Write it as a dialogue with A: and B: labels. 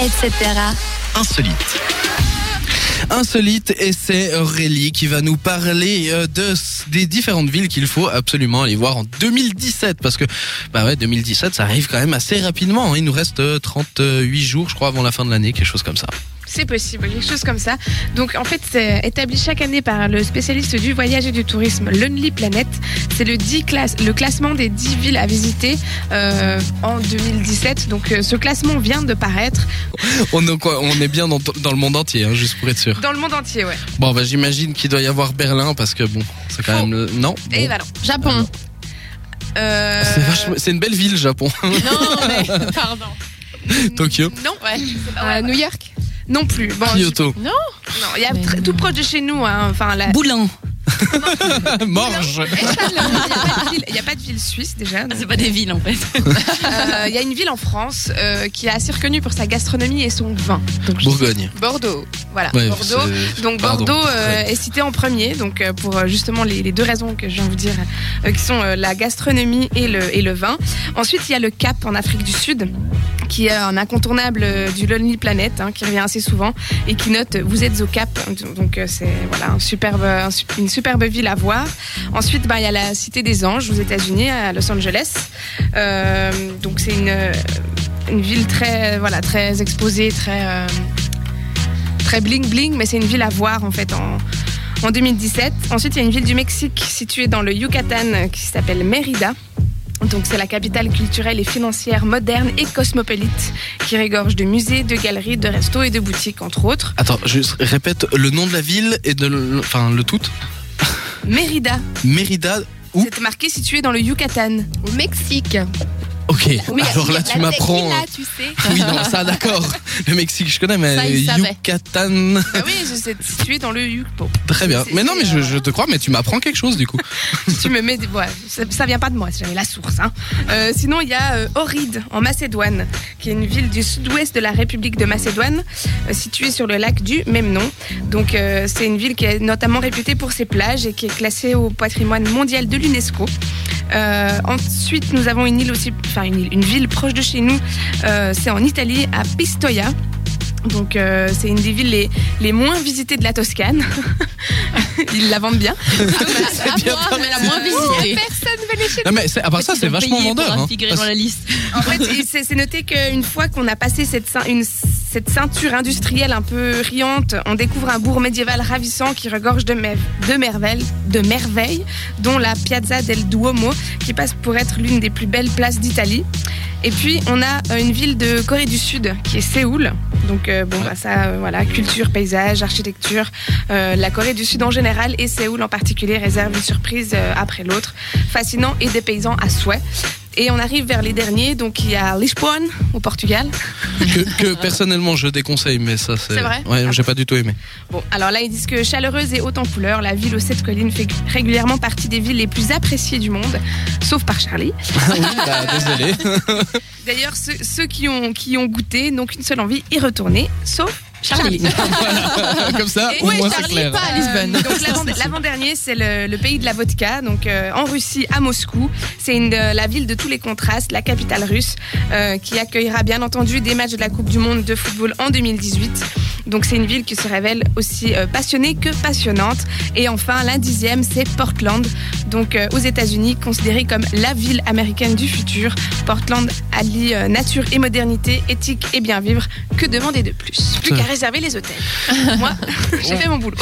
A: etc.
B: Insolite. Insolite et c'est Aurélie qui va nous parler euh, de, des différentes villes qu'il faut absolument aller voir en 2017 parce que bah ouais 2017 ça arrive quand même assez rapidement hein. il nous reste euh, 38 jours je crois avant la fin de l'année quelque chose comme ça
C: C'est possible, quelque chose comme ça. Donc en fait, c'est établi chaque année par le spécialiste du voyage et du tourisme, Lonely Planet. C'est le, 10 classe, le classement des 10 villes à visiter euh, en 2017. Donc euh, ce classement vient de paraître
B: on est, quoi- on est bien dans, dans le monde entier hein, juste pour être sûr
C: dans le monde entier, ouais.
B: bon bah j'imagine qu'il doit y avoir Berlin parce que bon c'est quand
C: Faux.
B: même le... non
C: Et
B: bon. Ah,
C: voilà.
D: Japon.
C: Euh,
B: C'est vachement- c'est une belle ville Japon
D: Non, mais pardon.
B: Tokyo
C: Non,
D: Ouais.
C: Euh,
D: New York.
C: non plus. Bon,
B: Kyoto
C: je- non, il y a
D: Mais
C: tr-
D: non.
C: tout proche de chez nous. hein. Enfin, la-
A: Boulin.
B: Morges
C: il n'y a pas de ville suisse déjà. donc,
D: Ah, C'est pas des villes en fait.
C: euh, Il y a une ville en France euh, qui est assez reconnue pour sa gastronomie et son vin. Donc, je-
B: Bourgogne
C: Bordeaux. Voilà,
B: Ouais,
C: Bordeaux.
B: c'est-
C: Donc
B: pardon.
C: Bordeaux euh,
B: Ouais.
C: est cité en premier, donc euh, pour euh, justement les, les deux raisons que je viens de vous dire, euh, qui sont euh, la gastronomie et le, et le vin. Ensuite, il y a le Cap en Afrique du Sud, qui est un incontournable euh, du Lonely Planet, hein, qui revient assez souvent et qui note euh, vous êtes au Cap, donc euh, c'est voilà un superbe, un su- une superbe ville à voir. Ensuite, ben, il y a la Cité des Anges aux États-Unis, à Los Angeles. Euh, donc c'est une une ville très voilà très exposée, très euh, très bling bling, mais c'est une ville à voir en fait en en 2017. Ensuite, il y a une ville du Mexique située dans le Yucatan euh, qui s'appelle Mérida. Donc c'est la capitale culturelle et financière moderne et cosmopolite qui régorge de musées, de galeries, de restos et de boutiques entre autres.
B: Attends, juste répète le nom de la ville et de l- enfin le tout.
C: Mérida,
B: Mérida. Où
C: c'est marqué située dans le Yucatan.
D: Au Mexique.
B: Ok.
C: Mais
B: Alors là,
C: il y a
B: tu
C: la
B: m'apprends. hein.
C: tequila, tu sais.
B: Oui, non, ça d'accord. Le Mexique, je connais, mais
D: Ça, il
B: le
D: savait.
B: Yucatan.
C: Ah oui, je- c'est situé dans le Yucatan.
B: Très bien.
C: C'est-
B: Mais non, mais
C: c'est,
B: je,
C: euh,
B: je te crois, mais tu m'apprends quelque chose du coup.
C: tu me mets des. Ouais, ça, ça vient pas de moi, c'est jamais la source. hein. Euh, sinon, il y a euh, Ohrid, en Macédoine, qui est une ville du sud-ouest de la République de Macédoine, euh, située sur le lac du même nom. Donc, euh, c'est une ville qui est notamment réputée pour ses plages et qui est classée au patrimoine mondial de l'UNESCO. Euh, ensuite, nous avons une île aussi, enfin une, île, une ville proche de chez nous. Euh, c'est en Italie, à Pistoia. Donc, euh, c'est une des villes les, les moins visitées de la Toscane. Ils la vendent bien.
D: À
B: bien
D: voir, Ah, mais la
B: parti.
D: moins visitée.
C: Personne veut les chez
B: Non, mais c'est- à part Ah, ça, c'est vachement vendeur. hein.
D: figurer
B: Parce-
D: dans la liste.
C: En fait, il- c'est c'est noté qu'une fois qu'on a passé cette, cein- une- cette ceinture industrielle un peu riante, on découvre un bourg médiéval ravissant qui regorge de, mer- de merveilles, de merveilles, dont la Piazza del Duomo, qui passe pour être l'une des plus belles places d'Italie. Et puis, on a euh, une ville de Corée du Sud, qui est Séoul. Donc, euh, bon, bah, ça, euh, voilà, culture, paysage, architecture. euh, la Corée du Sud en général et Séoul en particulier réserve une surprise euh, après l'autre. Fascinant et des paysans à souhait. Et on arrive vers les derniers, donc il y a Lisbonne au Portugal.
B: que, que personnellement, je déconseille, mais ça, c'est.
C: C'est vrai
B: Ouais, j'ai pas du tout aimé.
C: Bon, alors là ils disent que chaleureuse et haute en couleur, la ville aux sept collines fait régulièrement partie des villes les plus appréciées du monde, sauf par Charlie.
B: oui, bah, désolé.
C: D'ailleurs, ceux, ceux qui, ont, qui ont goûté n'ont qu'une seule envie, y retourner, sauf Charlie.
B: Voilà. Comme ça,
C: Et
B: Ah, au
C: ouais,
B: moins c'est
D: Charlie,
B: clair.
D: pas- à Lisbonne.
C: Euh, donc l'avant- l'avant-dernier, c'est le, le pays de la vodka, donc euh, en Russie, à Moscou. C'est une de- la ville de tous les contrastes, la capitale russe, euh, qui accueillera bien entendu des matchs de la Coupe du Monde de football en 2018. Donc c'est une ville qui se révèle aussi euh, passionnée que passionnante. Et enfin, la dixième, c'est Portland, donc euh, aux États-Unis, considérée comme la ville américaine du futur. Portland allie euh, nature et modernité, éthique et bien vivre. Que demander de plus Plus qu'à réserver les hôtels. Moi, j'ai fait mon boulot.